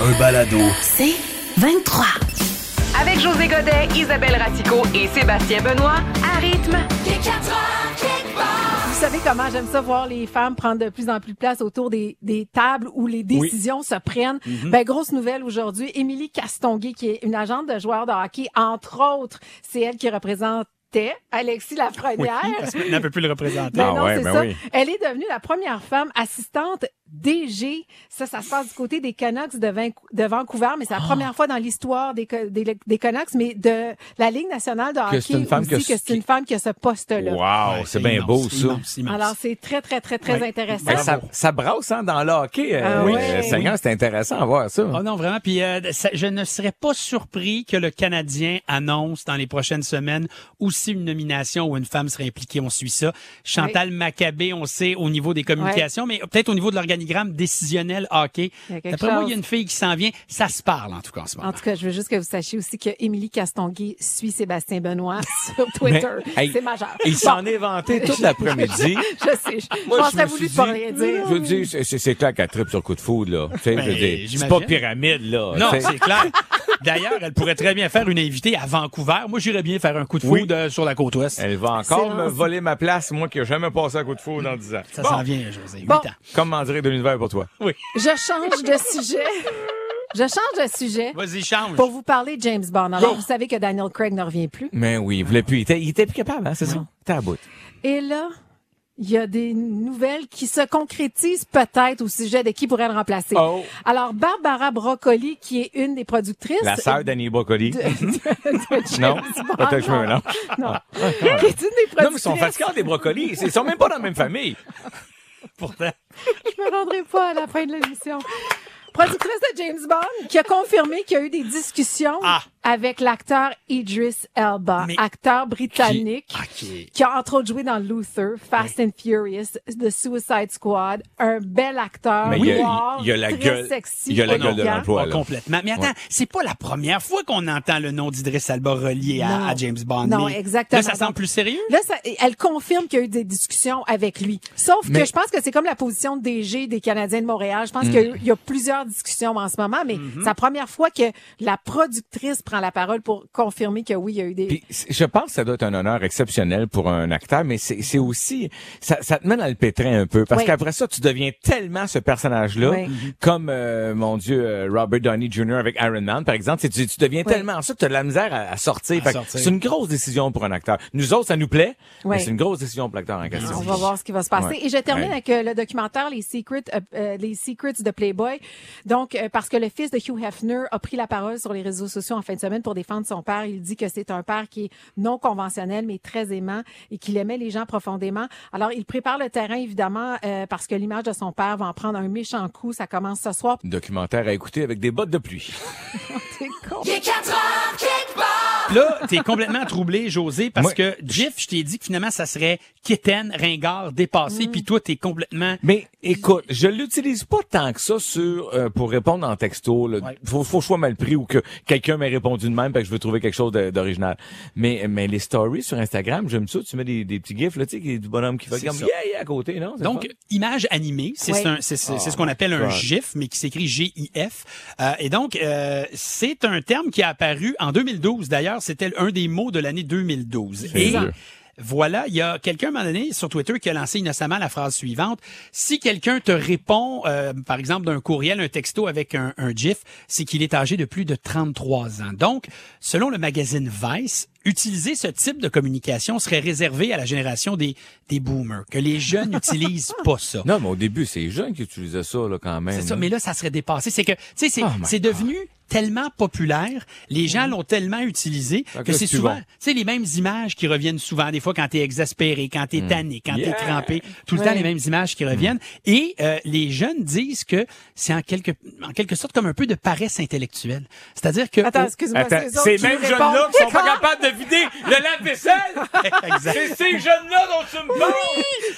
Un balado. C'est 23. Avec José Godet, Isabelle Ratico et Sébastien Benoît, à rythme. Vous savez comment j'aime ça voir les femmes prendre de plus en plus de place autour des, des tables où les décisions se prennent. Mhm. Ben, grosse nouvelle aujourd'hui, Émilie Castonguay, qui est une agente de joueurs de hockey, entre autres, c'est elle qui représente Alexis Oui, Lafrenière. parce que maintenant, on ne peut plus le représenter. Ben Ah non, ouais, c'est ben ça. oui. Elle est devenue la première femme assistante DG. Ça, ça se passe du côté des Canucks de, Vin- de Vancouver, mais c'est Ah! la première fois dans l'histoire des, co- des, des Canucks, mais de la Ligue nationale de hockey c'est une femme aussi, que- que c'est une femme qui a ce poste-là. Wow, Ouais, c'est bien immense, beau, ça. immense, immense. Alors, c'est très, très, très, très Ouais. intéressant. Ben, Bravo. ça, ça brasse hein, dans le hockey. Ah oui, ouais. Ah, Seigneur, c'est intéressant à voir ça. Oh non, vraiment. Puis euh, ça- je ne serais pas surpris que le Canadien annonce dans les prochaines semaines aussi une nomination où une femme serait impliquée. On suit ça. Chantal Maccabé, on sait au niveau des communications, mais peut-être au niveau de l'organigramme décisionnel hockey. Il y a quelque D'après moi, chose. il y a une fille qui s'en vient. Ça se parle, en tout cas, en ce moment. En tout cas, je veux juste que vous sachiez aussi que Émilie Castonguay suit Sébastien Benoît sur Twitter. hey, c'est majeur. Il Bon, s'en est vanté toute l'après-midi. je sais. Je Moi, penserais me voulu suis pas dit- rien dire. Je veux dire, c'est- c'est c'est clair qu'elle tripe sur coup de foudre, là. Tu sais, je veux Ben, dire, c'est j'imagine. pas pyramide, là. Non, Tu sais. c'est clair. D'ailleurs, elle pourrait très bien faire une invitée à Vancouver. Moi, j'irais bien faire un coup de Oui. foudre euh, sur la côte ouest. Elle va encore me lancé. voler ma place, moi qui n'ai jamais passé un coup de foudre dans 10 ans. Ça Bon, s'en vient, José. Huit Bon. ans. Comme en direct de l'univers pour toi. Je change de sujet. Je change de sujet. Vas-y, change. Pour vous parler de James Bond. Alors, vous savez que Daniel Craig ne revient plus. Mais oui, il voulait plus. Il était, il était plus capable, hein, c'est ça? T'es à bout. Et là, il y a des nouvelles qui se concrétisent peut-être au sujet de qui pourrait le remplacer. Oh. Alors, Barbara Broccoli, qui est une des productrices. La sœur d'Annie Broccoli. de- de- de James Non? Bond. Peut-être que je me mélange. Non. Qui est une des productrices. Non, mais ils sont fatigants, des brocolis. Ils sont même pas dans la même famille. Pourtant. Je me rendrai pas à la fin de l'émission. Productrice de James Bond, qui a confirmé qu'il y a eu des discussions Ah. avec l'acteur Idris Elba, Mais- acteur britannique. Ah, Qui- ok. qui a entre autres joué dans Luther, Fast and Furious, The Suicide Squad, un bel acteur, Mais il y a- noir, il y a la très gueule- sexy, il y a la élégant. gueule de l'emploi. Ah, là. complètement. Mais attends, Ouais. c'est pas la première fois qu'on entend le nom d'Idriss Alba relié Non. à, à James Bond. Non, mais exactement. Là, ça semble plus sérieux. Là, ça- elle confirme qu'il y a eu des discussions avec lui. Sauf que Mais- Mm. je pense que c'est comme la position de DG des Canadiens de Montréal. Je pense qu'il y a eu- il y a plusieurs discussions en ce moment, mais Mm-hmm. c'est la première fois que la productrice prend la parole pour confirmer que oui, il y a eu des... Puis, c- je pense que ça doit être un honneur exceptionnel pour un acteur, mais c'est c'est aussi ça, ça te met dans le pétrin un peu parce Oui. qu'après ça tu deviens tellement ce personnage-là, Oui. comme euh, mon Dieu euh, Robert Downey Jr. avec Iron Man par exemple, c'est- tu, tu deviens Oui. tellement ça que tu as de la misère à, à sortir. À Fait que sortir. C'est une grosse décision pour un acteur. Nous autres ça nous plaît, Oui. mais c'est une grosse décision pour l'acteur en question. On va voir ce qui va se passer. Ouais. Et je termine Ouais. avec euh, le documentaire Les Secrets, euh, euh, les Secrets de Playboy. Donc, euh, parce que le fils de Hugh Hefner a pris la parole sur les réseaux sociaux en fin de semaine pour défendre son père. Il dit que c'est un père qui est non conventionnel, mais très aimant et qu'il aimait les gens profondément. Alors, il prépare le terrain, évidemment, euh, parce que l'image de son père va en prendre un méchant coup. Ça commence ce soir. Documentaire à écouter avec des bottes de pluie. T'es con. Là, t'es complètement troublé, José, parce Moi- que Jeff, je t'ai dit que finalement, ça serait kitten, ringard, Mm. dépassé, puis toi, t'es complètement... Mais écoute, je l'utilise pas tant que ça sur euh, pour répondre en texto. Là. Ouais. Faut, faut que je sois mal pris ou que quelqu'un m'ait répondu de même parce que je veux trouver quelque chose de- d'original. Mais mais les stories sur Instagram, j'aime ça. Tu mets des, des petits gifs là, tu sais, qui- du bonhomme qui fait C'est comme ça. yeah yeah à côté, non C'est Donc, le fun. image animée, c'est Oui. un- c'est- c'est- c'est ce qu'on appelle un Oh God. GIF, mais qui s'écrit G-I-F. Euh, et donc, euh, c'est un terme qui a apparu en 2012. D'ailleurs, c'était un des mots de l'année 2012. C'est Et vieux. voilà, il y a quelqu'un, à un moment donné, sur Twitter, qui a lancé innocemment la phrase suivante. Si quelqu'un te répond, euh, par exemple, d'un courriel, un texto avec un, un GIF, c'est qu'il est âgé de plus de 33 ans. Donc, selon le magazine Vice, utiliser ce type de communication serait réservé à la génération des, des boomers, que les jeunes n'utilisent pas ça. non, mais au début, euh, c'est les jeunes qui utilisaient ça là quand même. C'est ça, hein. mais là, ça serait dépassé. C'est que, tu sais, c'est Oh my c'est God. Mm-hmm. devenu tellement populaire, les gens l'ont tellement utilisé Fait que que là, c'est c'est souvent, bon. tu sais, les mêmes images qui reviennent souvent. Des fois, quand t'es exaspéré, quand t'es tanné, quand Mm. Yeah. Mm. t'es crampé, tout le Ouais. temps les mêmes images qui reviennent. Et euh, les jeunes disent que c'est en quelque, en quelque sorte comme un peu de paresse intellectuelle. C'est-à-dire que Attends, excuse-moi. Attends, c'est eux autres ces qui mêmes nous jeunes-là répondent. qui sont pas capables de vider le lave-vaisselle! Exact. C'est ces jeunes-là dont tu me parles!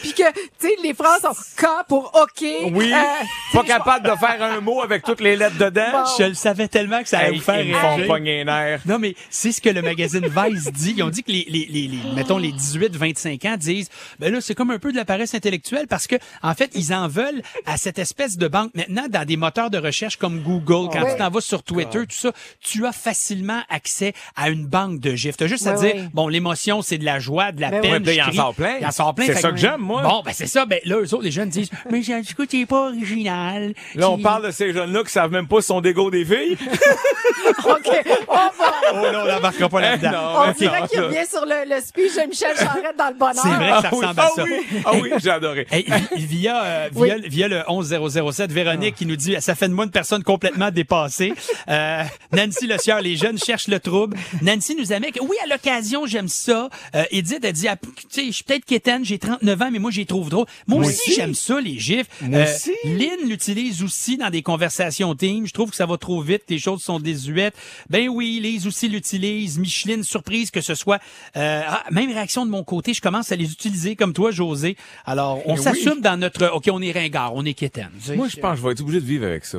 Puis que, tu sais, les phrases sont K pour OK. Oui, euh, pas capable de faire un mot avec toutes les lettres dedans. Je le savais tellement que ça allait Hey, vous faire ils me font réagir. pogner les nerfs. Non, mais c'est ce que le magazine Vice dit. Ils ont dit que les, les, les, les- mettons, les 18-25 ans disent, ben là, c'est comme un peu de la paresse intellectuelle parce que, en fait, ils en veulent à cette espèce de banque. Maintenant, dans des moteurs de recherche comme Google, Ah quand tu t'en vas sur Twitter, tout ça, tu as facilement accès à une banque de gifs. T'as juste à Ouais, dire, ouais. bon, l'émotion, c'est de la joie, de la Ben peine. oui. Ouais, puis je il en crie. sort plein. Il en sort plein. C'est Fait ça que j'aime, moi. Bon, ben c'est ça. Ben là, eux autres, les jeunes disent, mais du coup, t'es pas original. Là, on Tu- parle de ces jeunes-là qui savent même pas si sont des gars ou des filles. OK. On va. Oh non, on n'embarquera pas là-dedans. Eh non, On mais dirait non, Ah, qu'il ça. revient sur le, le speech de Michel Charette dans le bonheur. C'est vrai que ça Ah oui, ressemble ah à ça. oui, ah oui, j'ai adoré. Hey, vi- via, euh, Oui. via, via le 11007, Véronique Ah. qui nous dit « Ça fait de moi une personne complètement dépassée. Euh, Nancy Le Sieur, les jeunes cherchent le trouble. Nancy nous amène que, oui, à l'occasion, j'aime ça. Euh, Edith, elle dit, Ah, tu sais, je suis peut-être quétaine, j'ai 39 ans, mais moi, j'y trouve drôle. Moi, Moi aussi, aussi. j'aime ça, les gifs. Euh, Moi aussi. Lynn l'utilise aussi dans des conversations team. Je trouve que ça va trop vite, les choses sont désuètes. Ben oui, Lise aussi l'utilise. Micheline, surprise que ce soit. Euh, ah, même réaction de mon côté, je commence à les utiliser comme toi, José. Alors, on Eh oui. s'assume dans notre... OK, on est ringard, on est quétaine. tu sais. Moi, je pense que je vais être obligé de vivre avec ça.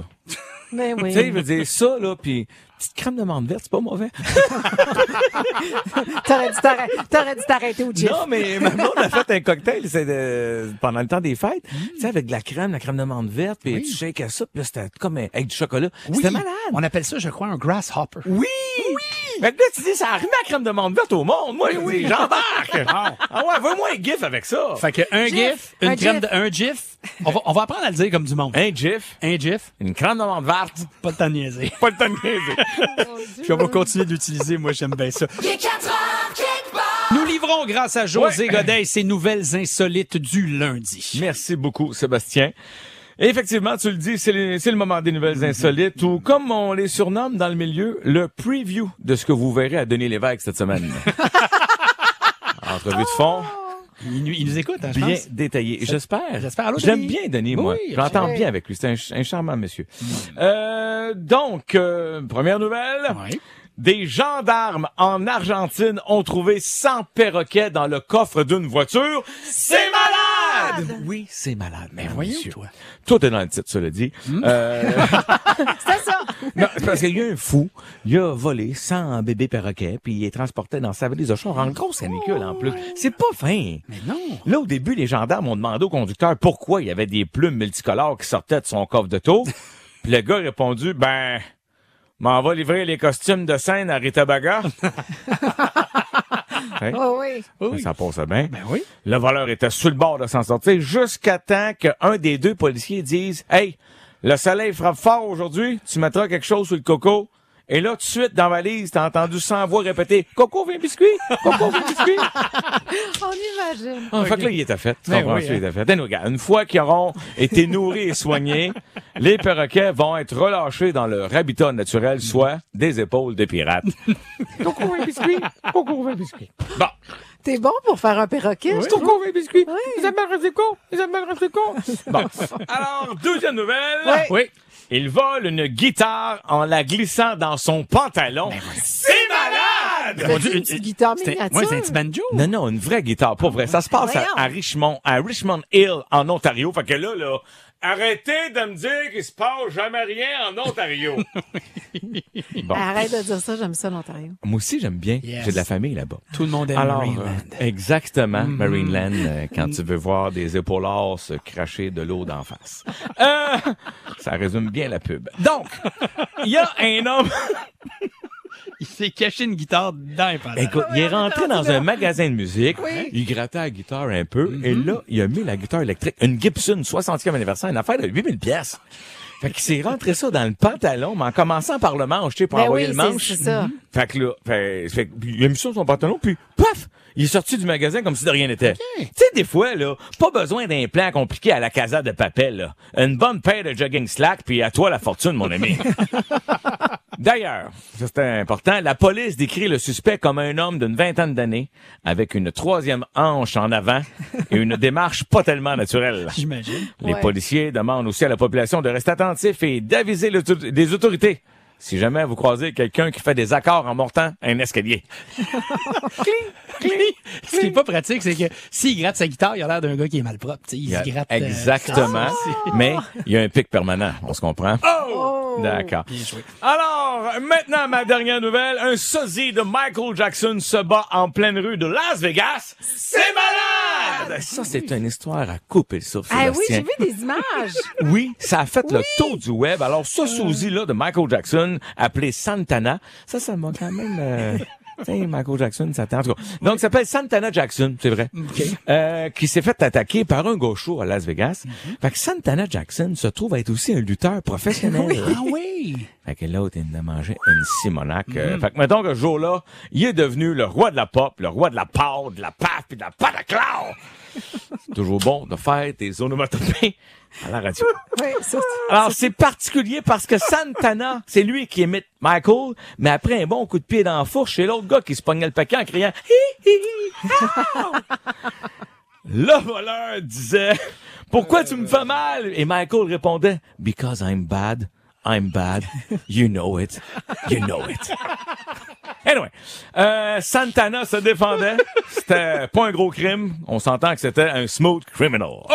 Mais oui. Tu sais, je veux dire, ça, là, puis petite crème de menthe verte, c'est pas mauvais. T'aurais dû t'arrêter- T'aurais dû t'arrêter au Jeff. Non, mais ma blonde a fait un cocktail c'est de- pendant le temps des fêtes. Tu sais, avec de la crème, la crème de menthe verte, puis tu shakes à ça, puis là, c'était comme un- avec du chocolat. C'était malade. On appelle ça, je crois, un grasshopper. Oui! Oui! Fait que là, tu dis, ça a remis la crème de menthe verte au monde. Moi, oui, j'embarque! ah ouais, veux-moi un gif avec ça! Fait que un Gif, gif, une un crème gif. de... Un gif. On va, on va apprendre à le dire comme du monde. Un gif, Un gif, une crème de menthe verte, pas de temps de niaiser. pas le temps de niaiser. Puis on va continuer de l'utiliser. Moi, j'aime bien ça. Nous livrons grâce à José Godet et ses nouvelles insolites du lundi. Merci beaucoup, Sébastien. Et Effectivement, tu le dis, c'est le, c'est le moment des Mhm. nouvelles insolites ou, comme on les surnomme dans le milieu, le preview de ce que vous verrez à Denis Lévesque cette semaine. Entrevue de fond, Il, nous- il nous écoute, hein, Ah! je bien pense. détaillée. J'espère. J'espère. Allô, Denis? J'aime bien Denis, moi. Oui, Mm. J'entends oui. bien avec lui. C'est un, ch- un charmant monsieur. Euh, donc, euh, première nouvelle. Ouais. Des gendarmes en Argentine ont trouvé 100 perroquets dans le coffre d'une voiture. C'est malade! Oui, c'est malade. Mais Ben voyons, monsieur. toi. Tout est dans le titre, cela dit. Hmm? Euh, C'est ça. non, c'est parce qu'il y a un fou, il a volé 100 bébés perroquets, puis il est transporté dans sa valise de char en grosse canicule en plus. C'est pas fin. Oh! Mais non. Là, au début, les gendarmes ont demandé au conducteur pourquoi il y avait des plumes multicolores qui sortaient de son coffre d'auto. Puis le gars a répondu, ben, m'en va livrer les costumes de scène à Rita Baga. Oh oui. Oui. Ça passe bien. Ben oui. Le voleur était sur le bord de s'en sortir jusqu'à temps qu'un des deux policiers dise, hey, le soleil frappe fort aujourd'hui, tu mettras quelque chose sur le coco. Et là, tout de suite, dans la valise, t'as entendu 100 voix répéter, coco, viens biscuit, coco, viens biscuit. On imagine. Fait que là, il était fait. Tu Ben comprends oui, ça, il hein. était fait. Ben, regarde, une fois qu'ils auront été nourris et soignés, les perroquets vont être relâchés dans leur habitat naturel, soit des épaules de pirates. Coucou, un biscuit. Coucou, un biscuit. Bon. T'es bon pour faire un perroquet. je trouve. Coucou, un biscuit. Ils aiment le con. Ils aiment le con. Bon. Alors, deuxième nouvelle. Oui. Il vole une guitare en la glissant dans son pantalon. C'est malade! Mon dit Dieu, une une- petite guitare c'était- miniature. ouais, c'est un petit banjo. Non, non, une vraie guitare, pas vrai. Ça se passe à, Voyons. à Richmond, à Richmond Hill, en Ontario. Fait que là, là, arrêtez de me dire qu'il se passe jamais rien en Ontario. bon. Arrête de dire ça, j'aime ça l'Ontario. Moi aussi, j'aime bien. Yes. J'ai de la famille là-bas. Tout le monde aime Alors, Marineland. Mm. euh, exactement, Marineland, euh, quand tu veux voir des épaulards se cracher de l'eau d'en face. Euh, ça résume bien la pub. Donc, il y a un homme... Il s'est caché une guitare dans les pantaloons. Écoute, il est rentré dans un magasin de musique. Oui. Mm-hmm. Il grattait la guitare un peu. Et là, il a mis la guitare électrique. Une Gibson 60e anniversaire, une affaire de 8000 pièces. Fait qu'il s'est rentré ça dans le pantalon, mais en commençant par le manche, tu sais, pour Ben envoyer oui, le c'est- manche. Mm-hmm. c'est ça. Fait que là, fait, fait que il a mis ça dans son pantalon, puis paf! Il est sorti du magasin comme si de rien n'était. Tu sais, des fois, là, pas besoin d'un plan compliqué à la casa de papel, là. Une bonne paire de jogging slack, puis à toi la fortune, mon ami. D'ailleurs, ça, c'était important, la police décrit le suspect comme un homme d'une vingtaine d'années, avec une troisième hanche en avant et une démarche pas tellement naturelle. J'imagine. Les policiers demandent aussi à la population de rester attentif et d'aviser le- les autorités si jamais vous croisez quelqu'un qui fait des accords en montant un escalier. Ce qui est pas pratique, c'est que s'il gratte sa guitare, il a l'air d'un gars qui est malpropre. tu sais. Il Il y a- se gratte. euh, exactement. mais il y a un pic permanent, on se comprend. Oh! Oh! D'accord. Bien joué. Alors, maintenant, ma dernière nouvelle. Un sosie de Michael Jackson se bat en pleine rue de Las Vegas. C'est malade! Ça, c'est une histoire à couper le souffle, Ah oui, j'ai Sébastien. vu des images. Oui, ça a fait le tour du web. Alors, ce sosie-là de Michael Jackson, appelé Santana, ça, ça m'a quand même... euh, tu sais, Michael Jackson, ça t'a- en tout cas. Donc, il s'appelle Santana Jackson, c'est vrai. Euh, qui s'est fait attaquer par un gaucho à Las Vegas. Fait que Santana Jackson se trouve à être aussi un lutteur professionnel. Ah oui! Fait que l'autre, il en a mangé une Simonac. Euh, fait que mettons que ce jour-là, il est devenu le roi de la pop, le roi de la pâte, de la paf puis de la pâte à clore. C'est toujours bon de faire des onomatopées à la radio. Oui, ça, Alors, c'est particulier parce que Santana, c'est lui qui imite Michael, mais après un bon coup de pied dans la fourche, c'est l'autre gars qui se pognait le paquet en criant « Hi, hi, hi, ow! Le voleur disait « Pourquoi tu me fais mal? » Et Michael répondait « Because I'm bad. I'm bad. You know it. You know it. » Anyway, euh, Santana se défendait. C'était pas un gros crime. On s'entend que c'était un smooth criminal. Oh!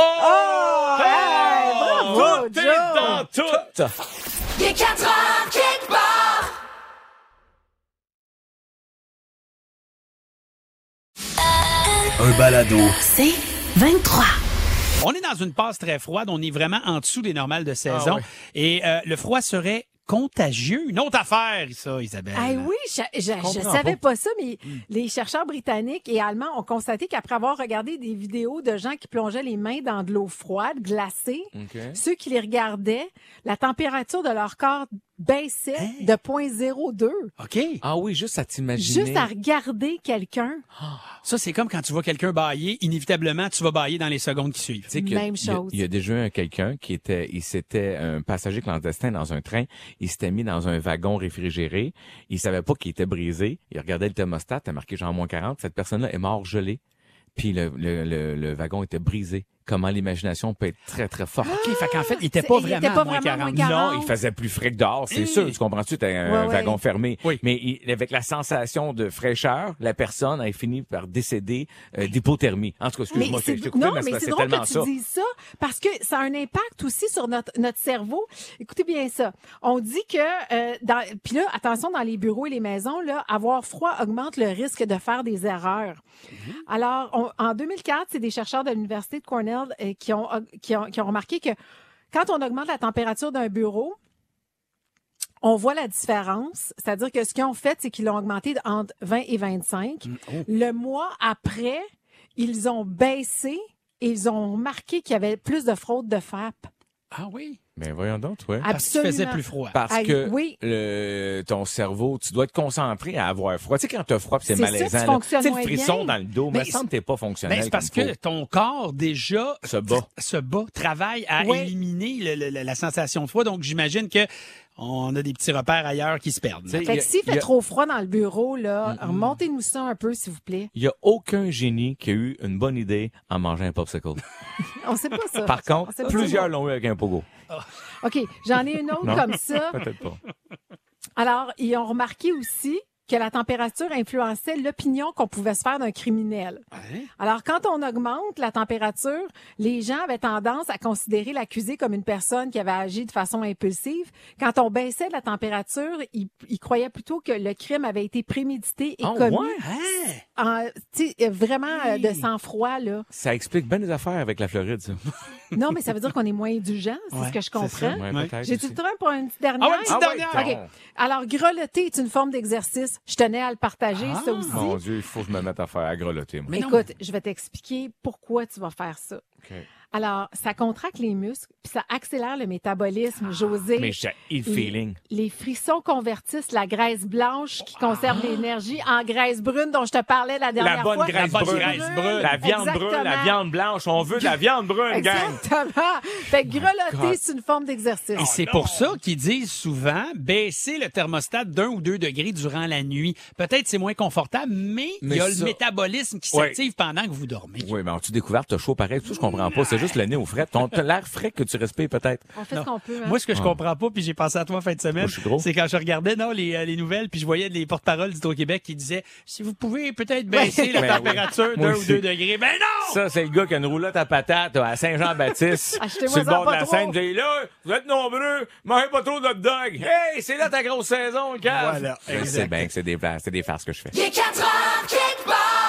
bravo, Tout est Joe! dans tout! Un balado. C'est 23. On est dans une passe très froide. On est vraiment en dessous des normales de saison. Et euh, le froid serait contagieux. Une autre affaire, ça, Isabelle. Ah oui, je, je- je comprends savais pas Mm. ça, mais les chercheurs britanniques et allemands ont constaté qu'après avoir regardé des vidéos de gens qui plongeaient les mains dans de l'eau froide, glacée, ceux qui les regardaient, la température de leur corps baissait de 0.02. OK. Ah oui, juste à t'imaginer. Juste à regarder quelqu'un, Ça, c'est comme quand tu vois quelqu'un bailler. Inévitablement, tu vas bailler dans les secondes qui suivent. Tu sais que Même il y a- chose. Il y, a déjà eu un quelqu'un qui était, il s'était un passager clandestin dans un train. Il s'était mis dans un wagon réfrigéré. Il savait pas qu'il était brisé. Il regardait le thermostat, t'as marqué genre moins 40. Cette personne-là est morte gelée. Puis le, le, le, le wagon était brisé. Comment l'imagination peut être très très forte. OK, fait qu'en fait, il était C'est- pas Ah! il vraiment était pas à moins vraiment à 40. moins Non, 40. il faisait plus frais que dehors, c'est Hey. sûr. Tu comprends-tu? T'as un Ouais, ouais. wagon fermé. Oui. Mais il- avec la sensation de fraîcheur, la personne a fini par décéder euh, d'hypothermie. En tout cas, Mais excuse-moi, je c'est t'ai- je t'ai coupé, non, mais c'est mais parce c'est que c'est drôle tellement que tu ça. dises ça parce que ça a un impact aussi sur notre notre cerveau. Écoutez bien ça. On dit que euh, dans puis là attention dans les bureaux et les maisons là, avoir froid augmente le risque de faire des erreurs. Mm-hmm. Alors on- en 2004, c'est des chercheurs de l'université de Cornell euh, qui ont qui ont qui ont remarqué que quand on augmente la température d'un bureau, on voit la différence. C'est-à-dire que ce qu'ils ont fait, c'est qu'ils l'ont augmenté entre 20 et 25. Mm, oh. Le mois après, ils ont baissé et ils ont remarqué qu'il y avait plus de fraude de FAP. Ah oui. Mais Ben, voyons donc, ouais. Parce qu'il Absolument. faisait plus froid. Parce Ah, Aïe, que oui. le, ton cerveau, tu dois être concentré à avoir froid. Tu sais, quand t'as froid, pis c'est C'est ça, tu malaisant. là. fonctionnes Tu sais, moins le frisson bien. dans le dos, Mais mais semble que t'es pas fonctionnel. Ben, c'est parce comme que faut. ton corps déjà Se bat. se bat, travaille à Oui. éliminer le- le- le- la sensation de froid. Donc j'imagine que on a des petits repères ailleurs qui se perdent. Tu sais, Fait il y que a- s'il il y fait a- Mm, trop froid dans le bureau, là, remontez-nous ça un peu, s'il vous plaît. Il y a aucun génie qui a eu une bonne idée en mangeant un popsicle. On sait pas ça. Par On contre, sait pas Ah, ça. plusieurs l'ont eu avec un pogo. OK, j'en ai une Non. autre comme ça. Peut-être pas. Alors, ils ont remarqué aussi que la température influençait l'opinion qu'on pouvait se faire d'un criminel. Alors, quand on augmente la température, les gens avaient tendance à considérer l'accusé comme une personne qui avait agi de façon impulsive. Quand on baissait la température, ils, ils croyaient plutôt que le crime avait été prémédité et Ah, commis ouais? Hein? en, tu sais, vraiment euh, de Hey. sang-froid. là. Ça explique bien des affaires avec la Floride, ça. Non, mais ça veut dire qu'on est moins indulgent, c'est Ouais, ce que je c'est ça. comprends. Ouais, Ouais. peut-être J'ai-tu aussi. le temps pour une petite dernière? Ah ouais, une petite Ah ouais, dernière. donc. OK. Alors, grelotter est une forme d'exercice. Je tenais à le partager, Ah. ça aussi. Mon Dieu, il faut que je me mette à faire à grelotter, moi. Mais non. Écoute, je vais t'expliquer pourquoi tu vas faire ça. Alors, ça contracte les muscles, puis ça accélère le métabolisme, José. Mais j'ai le feeling. Les frissons convertissent la graisse blanche qui conserve l'énergie en graisse brune dont je te parlais la dernière La bonne fois. graisse, brune, La viande brune, la Exactement. viande blanche. On veut de la viande brune, gang. Exactement. Fait que God. grelotter, c'est une forme d'exercice. Et c'est pour ça qu'ils disent souvent baisser le thermostat d'un ou deux degrés durant la nuit. Peut-être c'est moins confortable, mais il Mais y a ça- le métabolisme qui Ouais. s'active pendant que vous dormez. Oui, mais en tu découvert, t'as chaud pareil. Tout ça, je comprends pas. C'est juste le nez au frais. Ton l'air frais que tu respires peut-être. On fait Non. ce qu'on peut. hein. Moi, ce que je comprends pas, puis j'ai pensé à toi en fin de semaine, Moi, je suis gros. c'est quand je regardais non, les, euh, les nouvelles, puis je voyais les porte-paroles du Québec qui disaient si vous pouvez peut-être baisser la Ben oui. température Moi d'un ou aussi. deux degrés. Ben non! Ça, c'est le gars qui a une roulotte à patate euh, à Saint-Jean-Baptiste. Achetez-moi sur le ça bord de pas la trop. Seine. J'ai dit, là, vous êtes nombreux. Mangez pas trop d'hot dog. Hey, c'est là ta grosse saison, le gars. Voilà, Je sais bien que c'est des, c'est des farces que je fais.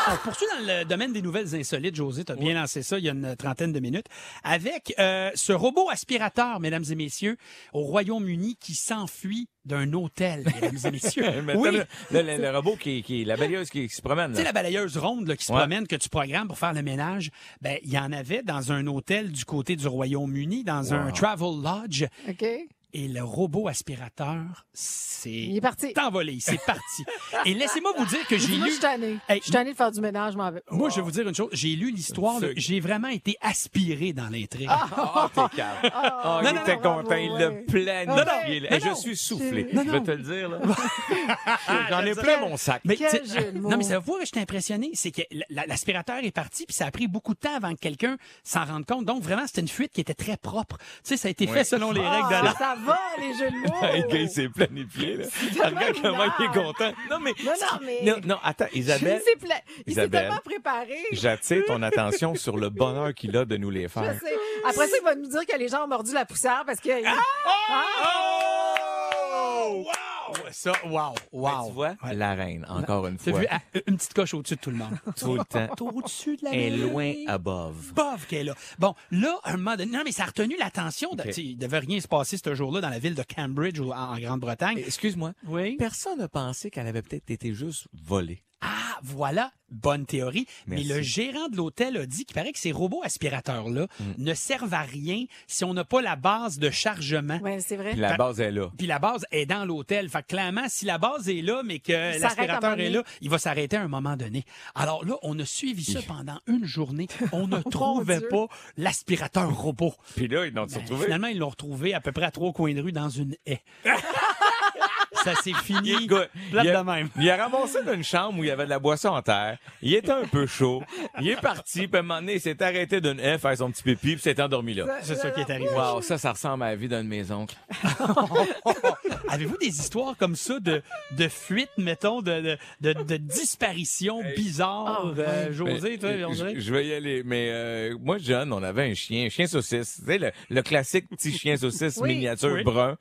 On poursuit dans le domaine des nouvelles insolites, José, t'as bien lancé ça il y a une trentaine de minutes, avec euh, ce robot aspirateur, mesdames et messieurs, au Royaume-Uni qui s'enfuit d'un hôtel, mesdames et messieurs. Mais oui, t'as Le, le- le- le robot qui, qui, la balayeuse qui, qui se promène. tu sais, Là. la balayeuse ronde là, qui se promène, que tu programmes pour faire le ménage, ben il y en avait dans un hôtel du côté du Royaume-Uni, dans un travel lodge, OK? et le robot aspirateur s'est Il est parti. envolé, il s'est parti. et laissez-moi vous dire que j'ai Moi, je lu... suis tannée. Hey, Je suis tannée de faire du ménage, je m'en vais. Moi, je vais vous dire une chose. J'ai lu l'histoire. là, J'ai vraiment été aspiré dans l'intrigue. Ah, t'es calme. Ah, Non, il non, était non, content. bravo, il ouais. l'a non, planifié. là. non, Et je non. suis soufflé. Non, je vais non. te le dire. là. J'en ai plein mon sac. Mais, Quel tu sais, jeu de mots. non, mais ça vous que j'étais impressionné. C'est que la- la- l'aspirateur est parti, puis ça a pris beaucoup de temps avant que quelqu'un s'en rende compte. Donc, vraiment, c'était une fuite qui était très propre. Tu sais, ça a été fait selon les règles de Ah, l'art. ça va, les jeux de Hey, gars, mots! il s'est planifié. Là. tellement Regarde comment il est bizarre. content. Non, mais. Non, non, mais- Non, non, attends, Isabelle. Il s'est pla- il s'est Isabelle. tellement préparé. J'attire ton attention sur le bonheur qu'il a de nous les Je faire. sais. Après ça, il va nous dire que les gens ont mordu la poussière parce que. Ah! Oh! Wow! Ça, wow, wow. Ben, Tu vois, la reine, encore une T'as fois, vu, ah, une petite coche au-dessus de tout le monde. tout le temps, Au-dessus de la est mêlée. loin above. Pauvre qu'elle est là. Bon, là, un moment donné, non, mais ça a retenu l'attention. de- Ok. tu sais, Il devait rien se passer ce jour-là dans la ville de Cambridge ou en, en Grande-Bretagne. Excuse-moi. Oui. Personne n'a pensé qu'elle avait peut-être été juste volée. Ah, voilà, bonne théorie. Merci. Mais le gérant de l'hôtel a dit qu'il paraît que ces robots aspirateurs-là Mm. ne servent à rien si on n'a pas la base de chargement. Ouais, c'est vrai. Puis la base est là. Puis la base est dans l'hôtel. Fait que clairement, si la base est là, mais que s'arrête à un l'aspirateur moment est donné. là, il va s'arrêter à un moment donné. Alors là, on a suivi ça pendant une journée. On ne trouvait Oh Dieu. pas l'aspirateur robot. Puis là, ils l'ont Ben, Finalement, ils l'ont retrouvé à peu près à trois coins de rue dans une haie. ça s'est fini. Écoute, plate il a, de même. il a ramassé d'une chambre où il y avait de la boisson en terre. Il était un peu chaud. Il est parti, puis à un moment donné, il s'est arrêté d'une F, faire son petit pipi, puis s'est endormi là. C'est ça qui est arrivé. Wow, ça, ça ressemble à la vie d'un de mes oncles. Avez-vous des histoires comme ça de, de fuite, mettons, de, de, de, de disparition bizarre, Ah, euh, José, Mais, toi, on Ben, je- dirait? Je vais y aller, mais euh, moi, jeune, on avait un chien, chien saucisse. Tu sais, le, le classique petit chien saucisse Oui. miniature Oui. brun.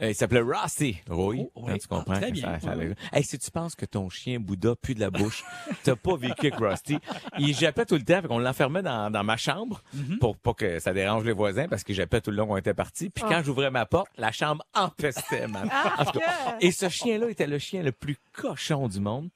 Euh, il s'appelait Rossi. Roy, Oh, oui. hein, tu comprends? Ah, très bien. Ça- ça- Oui, Hey, si tu penses que ton chien Bouddha pue de la bouche, t'as pas vécu avec Rusty. Il jappait tout le temps, fait qu'on l'enfermait dans, dans ma chambre Mhm. pour pas que ça dérange les voisins, parce qu'il jappait tout le long qu'on était partis. Ah. Puis quand j'ouvrais ma porte, la chambre empestait, man. En tout cas, et ce chien-là était le chien le plus cochon du monde.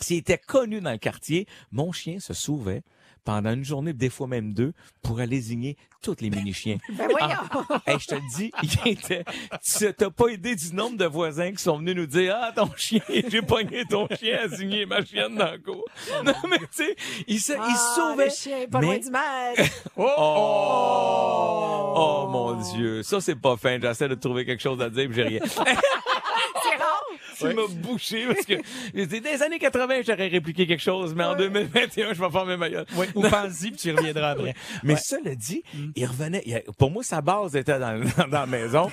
S'il était connu dans le quartier, mon chien se sauvait pendant une journée, des fois même deux, pour aller zigner tous les mini-chiens. Ben voyons. Ah, hey, je te le dis, il était, tu t'as pas idée du nombre de voisins qui sont venus nous dire, ah, ton chien, j'ai pogné ton chien à zigner ma chienne dans le cours. Non, mais tu sais, il se, il se Ah, sauvait. le chien est pas Mais- loin du mal. Oh, oh, oh, mon dieu. Ça, c'est pas fin. J'essaie de trouver quelque chose à dire, puis j'ai rien. C'est rare. Tu m'as bouché parce que c'était des années 80, j'aurais répliqué quelque chose, mais en 2021, je vais faire mes meilleurs. Ou pense-y, puis tu reviendras après. Mais cela dit, il revenait. il- pour moi, sa base était dans, dans la maison.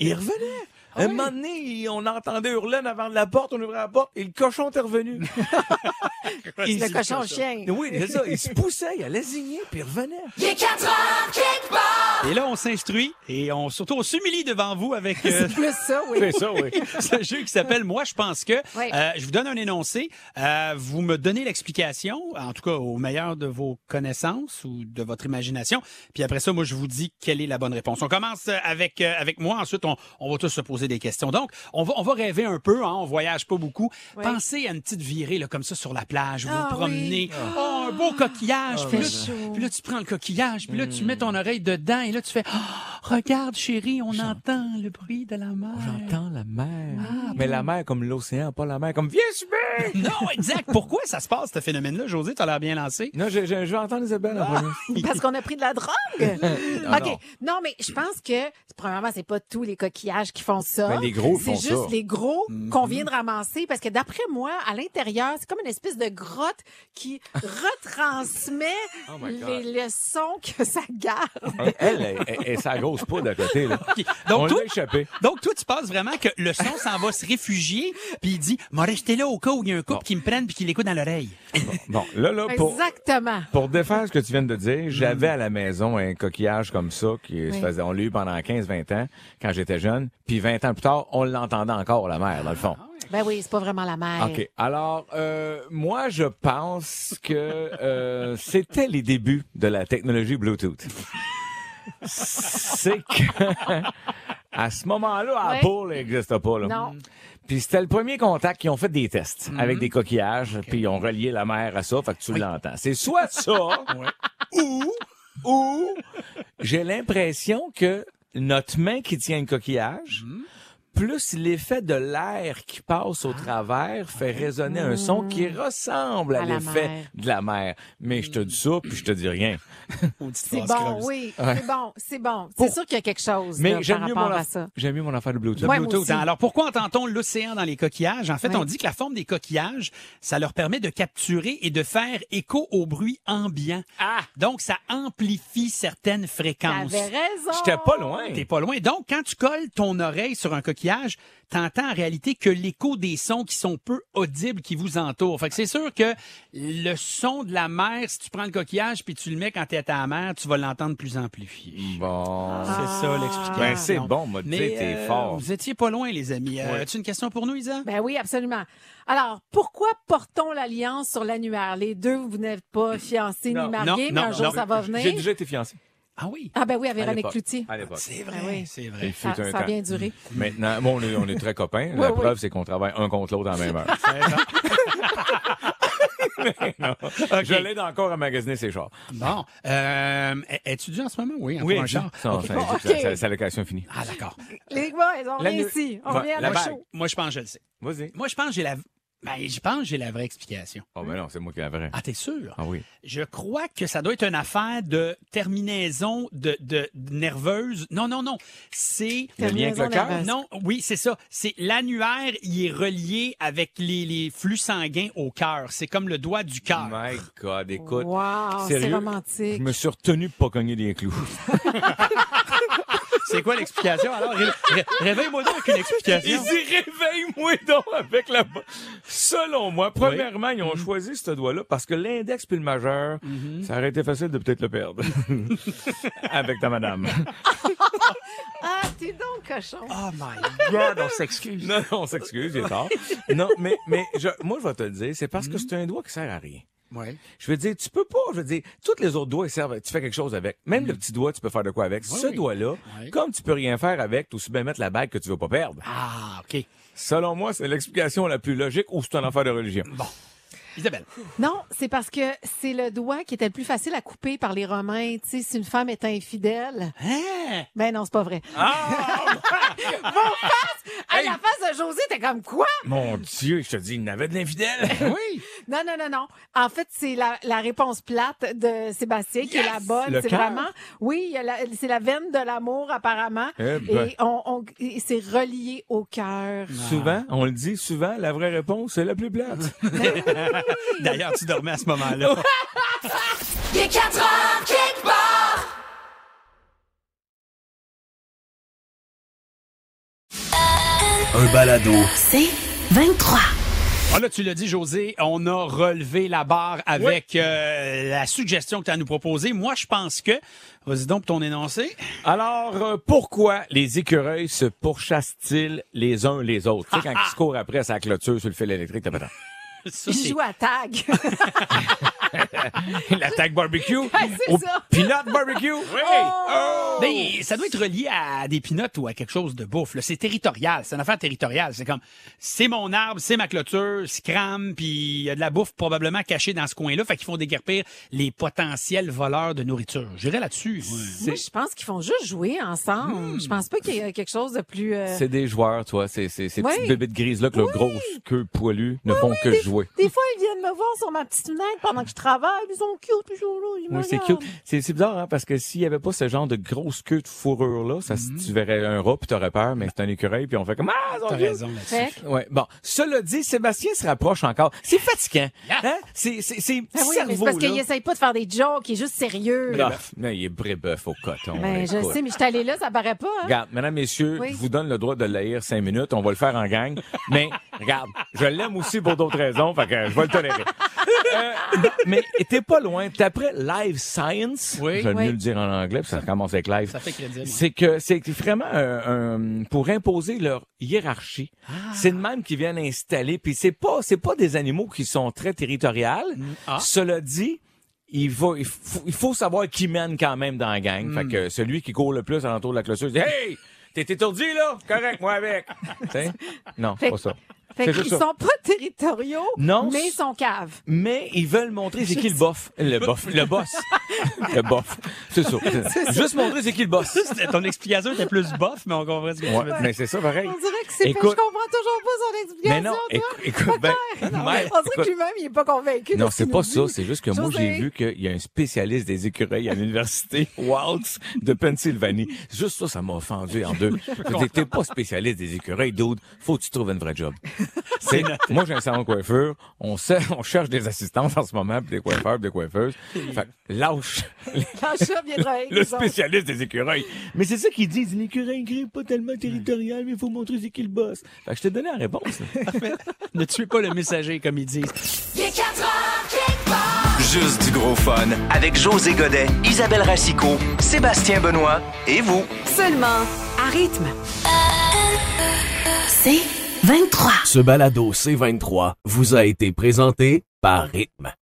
il revenait. un moment donné, il- on entendait hurler en avant de la porte, on ouvrait la porte et le cochon était revenu. Il- Le cochon chien. Oui, c'est ça. Il se poussait, il allait zigner, puis il revenait. Et là, on s'instruit et on surtout on s'humilie devant vous avec euh, C'est plus ça, oui. ça, oui. ce jeu qui s'appelle Moi, je pense que. Oui. Euh, je vous donne un énoncé. Euh, vous me donnez l'explication, en tout cas au meilleur de vos connaissances ou de votre imagination. Puis après ça, moi, je vous dis quelle est la bonne réponse. On commence euh, avec euh, avec moi. Ensuite, on, on va tous se poser poser des questions. Donc, on va, on va rêver un peu, hein, on voyage pas beaucoup. Pensez à une petite virée là, comme ça sur la plage, vous Ah, vous promenez. oui. Oh, un beau coquillage. puis, fait là, chaud. Hmm. puis là, tu prends le coquillage, puis là, tu mets ton oreille dedans, et là, tu fais Ah, Regarde, chérie, on entend le bruit de la mer. J'entends la mer. mais la mer comme l'océan, pas la mer comme Viens subir! Non, exact. Pourquoi ça se passe, ce phénomène-là, José? T'as l'air bien lancé. Non, je, je, je vais entendre Isabelle en premier. Parce qu'on a pris de la drogue. OK. Non, mais je pense que, premièrement, c'est pas tous les coquillages qui font ça. Mais Ben, les gros C'est font juste ça. Mm-hmm. les gros qu'on vient de ramasser parce que d'après moi, à l'intérieur, c'est comme une espèce de grotte qui retransmet Oh my God. les leçons que ça garde. Elle, elle, elle, elle, sa grosse poudre à côté, là. OK. On Donc, l'a toi, échappé. donc, toi, tu penses vraiment que le son s'en va se réfugier, puis il dit, m'a resté là au cas où il y a un couple qui me prenne puis qui l'écoute dans l'oreille. Bon, là, Ben, là, pour, Exactement. pour défaire ce que tu viens de Mm. dire, j'avais à la maison un coquillage comme ça qui se faisait, on l'a eu pendant 15-20 ans quand j'étais jeune, puis 20 ans plus tard, on l'entendait encore, la mer, dans le fond. Ben oui, c'est pas vraiment la mer. OK. Alors, euh, moi, je pense que euh, c'était les débuts de la technologie Bluetooth. C'est que à ce moment-là, Ouais. Apple n'existe pas. Là. Non. Mm. Puis c'était le premier contact qu'ils ont fait des tests avec des coquillages, puis ils ont relié la mer à ça, fait que tu l'entends. C'est soit ça, ou, ou j'ai l'impression que notre main qui tient le coquillage, Mhm. plus l'effet de l'air qui passe Ah. au travers fait résonner un son qui ressemble à, Mm. À la mer. l'effet de la mer. Mais je te dis ça, puis je te dis rien. Ah, C'est bon, oui. C'est bon, c'est bon. C'est sûr qu'il y a quelque chose là, Mais j'aime par mieux, mon rapport à aff- ça. j'aime mieux mon affaire de Bluetooth. Ouais, moi Bluetooth, aussi. hein. Alors, pourquoi entend-on l'océan dans les coquillages? En fait, Ouais. on dit que la forme des coquillages, ça leur permet de capturer et de faire écho au bruit ambiant. Ah! Donc, ça amplifie certaines fréquences. T'avais raison. J'étais pas loin. T'es pas loin. Donc, quand tu colles ton oreille sur un coquillage, t'entends en réalité que l'écho des sons qui sont peu audibles qui vous entourent. Fait que c'est sûr que le son de la mer, si tu prends le coquillage puis tu le mets quand t'es à ta mer, tu vas l'entendre plus amplifié. Ah. Bon. C'est ça l'explication. Ben, c'est bon, moi, tu Mais sais, t'es euh, fort. Vous étiez pas loin, les amis. Euh, As-tu une question pour nous, Isa? Ben oui, absolument. Alors, pourquoi portons l'alliance sur l'annuaire? Les deux, vous n'êtes pas fiancés Non, ni mariés, non, mais un non, jour, non. ça va J'ai venir. déjà été fiancé. Ah oui. Ah ben oui, à À Véronique l'époque. Cloutier. À l'époque. C'est vrai, Ah oui. c'est Il vrai. fut Ça, un ça a temps. bien duré. Maintenant, bon, on est, on est très copains. La Oui, oui. preuve, c'est qu'on travaille un contre l'autre en même heure. Mais non. Je l'aide encore à magasiner ses chars. Bon. Euh, Es-tu dû en ce moment? Oui, en Oui, un char. ça, Ok. ça, bon, ça- ok. ça- sa location est finie. Ah, d'accord. Les gars, ils ont La nu- réussi. On Va- revient à la la bague. show. Moi, je pense que je le sais. Vas-y. Moi, je pense que j'ai la... Ben, je pense que j'ai la vraie explication. Oh, ben non, c'est moi qui la vraie. Ah, t'es sûr? Ah oui. Je crois que ça doit être une affaire de terminaison de, de, de nerveuse. Non, non, non. C'est... Le lien avec le cœur? Terminaison Non, oui, c'est ça. C'est l'annuaire, il est relié avec les, les flux sanguins au cœur. C'est comme le doigt du cœur. My God, écoute. Wow, c'est sérieux, Je romantique. me suis retenu pour pas cogner des clous. C'est quoi l'explication? Alors, ré- ré- réveille-moi donc avec une explication. réveille-moi donc avec la... bo- Selon moi, premièrement, ils ont Mhm. choisi ce doigt-là parce que l'index puis le majeur, ça aurait été facile de peut-être le perdre. avec ta madame. Ah, t'es donc cochon. Oh my God, on s'excuse. Non, on s'excuse, j'ai tort. Non, mais, mais je- moi, je vais te le dire, c'est parce Hmm. que c'est un doigt qui sert à rien. Ouais. Je veux dire, tu peux pas, je veux dire, tous les autres doigts, ils servent, à- tu fais quelque chose avec. Même le petit doigt, tu peux faire de quoi avec. Ce oui. doigt-là, Hmm. Ouais. comme tu peux rien faire avec, tu aussi bien mettre la bague que tu veux pas perdre. Ah, OK. Selon moi, c'est l'explication la plus logique ou c'est un affaire de religion. Isabelle. Non, c'est parce que c'est le doigt qui était le plus facile à couper par les Romains. Tu sais, si une femme est infidèle. Hein? Ben non, c'est pas vrai. Ah! Hey, la face de José, t'es comme quoi? Mon Dieu, je te dis, il n'avait de l'infidèle. Oui. Non, non, non, non. En fait, c'est la, la réponse plate de Sébastien qui est la bonne. Le C'est cœur. vraiment, oui, il y a la- c'est la veine de l'amour apparemment. Eh ben. Et on, on- et c'est relié au cœur. Souvent, on le dit, souvent, la vraie réponse, c'est la plus plate. D'ailleurs, tu dormais à ce moment-là. Il est 4 heures, quelque part. Un balado. C'est 23. Ah là, tu l'as dit, José, on a relevé la barre avec euh, la suggestion que tu as à nous proposer. Moi, je pense que... Vas-y donc pour ton énoncé. Alors, euh, pourquoi les écureuils Ah, se pourchassent-ils les uns les autres? Tu sais, quand ils se courent après sa clôture sur le fil électrique, t'as pas tant. Ça, Il c'est- joue à tag. L'attaque barbecue. Ouais, c'est Au ça. Oh! pilote barbecue. Oui. Oh! Mais Ben, ça doit être relié à des pinottes ou à quelque chose de bouffe. là. C'est territorial. C'est une affaire territoriale. C'est comme, c'est mon arbre, c'est ma clôture, scram, puis il y a de la bouffe probablement cachée dans ce coin-là. Fait qu'ils font déguerpir les potentiels voleurs de nourriture. J'irais là-dessus. Moi, je pense qu'ils font juste jouer ensemble. Je pense pas qu'il y a quelque chose de plus. euh, Hmm. C'est des joueurs, toi. C'est c'est- ces Oui. petites bébites grises-là que leur grosse queue poilue ne font que jouer. Des fois, ils viennent me voir sur ma petite lunette pendant que je travaille. Ils sont cute, toujours là. Ils me Oui, c'est regardent. cute. C'est c'est bizarre, hein, parce que s'il y avait pas ce genre de grosse queue de fourrure-là, ça, Mhm. tu verrais un rat puis t'aurais Ben. peur, mais c'est un écureuil puis on fait comme, ah, ils sont T'as cute. raison là-dessus. Fait que- ben Ouais, bon. Cela dit, Sébastien se rapproche encore. C'est fatigant. Yeah. Hein? C'est, c'est, c'est Ben oui, mais c'est parce qu'il essaye pas de faire des jokes. Il est juste sérieux. il est brébeuf au coton. Ben, je écoute. sais, mais je suis allée là, ça paraît pas. Hein? Regarde, mesdames, messieurs, Oui. je vous donne le droit de l'haïr cinq minutes. On va le faire en gang. Mais, regarde, je l'aime aussi pour d'autres raisons, fait que je vais le tolérer. Euh, non, mais t'es pas loin. T'es après Live Science. Oui. J'aime Oui. mieux le dire en anglais, puis ça commence avec Live. Ça fait crédible. C'est que c'est vraiment euh, un- un- pour imposer leur hiérarchie. C'est de même qu'ils viennent installer. Puis c'est pas c'est pas des animaux qui sont très territoriales. Ah. Cela dit. Il, va, il, faut, il faut savoir qui mène quand même dans la gang. Fait que celui qui court le plus alentour de la clôture, il dit Hey! T'es étourdi, là? Correct, moi avec. Tu sais? non, Fait- pas ça. Fait C'est juste qu'ils ça. sont pas territoriaux, Non, mais c'est- ils sont caves. Mais ils veulent montrer c'est qui le bof. Le bof. Le boss. le bof. C'est ça. Juste montrer c'est qui le boss. C'était- Ton explication était plus bof, mais on comprend ce que Ouais, tu veux dire. mais c'est ça pareil. On dirait que c'est. Je comprends Écoute- toujours pas son explication. Mais non, toi. écou- écoute, Pas ben, clair. non, On mais- dirait que écoute- lui-même, il est pas convaincu. de Non, ce c'est qu'il pas nous ça. dit. C'est juste que moi, José. j'ai vu qu'il y a un spécialiste des écureuils à l'université Waltz de Pennsylvanie. Juste ça, ça m'a offendu en deux. Je dis, T'es pas spécialiste des écureuils, dude. Faut que tu trouves une vraie job. C'est, moi, j'ai un salon de coiffure. On, sait, on cherche des assistantes en ce moment, puis des coiffeurs, puis des coiffeuses. Fait que lâche Quand le chat vient travailler avec le nous autres. spécialiste des écureuils. Mais c'est ça qu'ils disent. L'écureuil gris, pas tellement territorial, mais il faut montrer c'est qui le boss. Fait que je t'ai donné la réponse. là. Ne tuez pas le messager, comme ils disent. Il est 4 heures, Kickbox. Juste du gros fun. Avec José Godet, Isabelle Racicot, Sébastien Benoît et vous. Seulement à rythme. C'est 23. Ce balado C23 vous a été présenté par Rythme.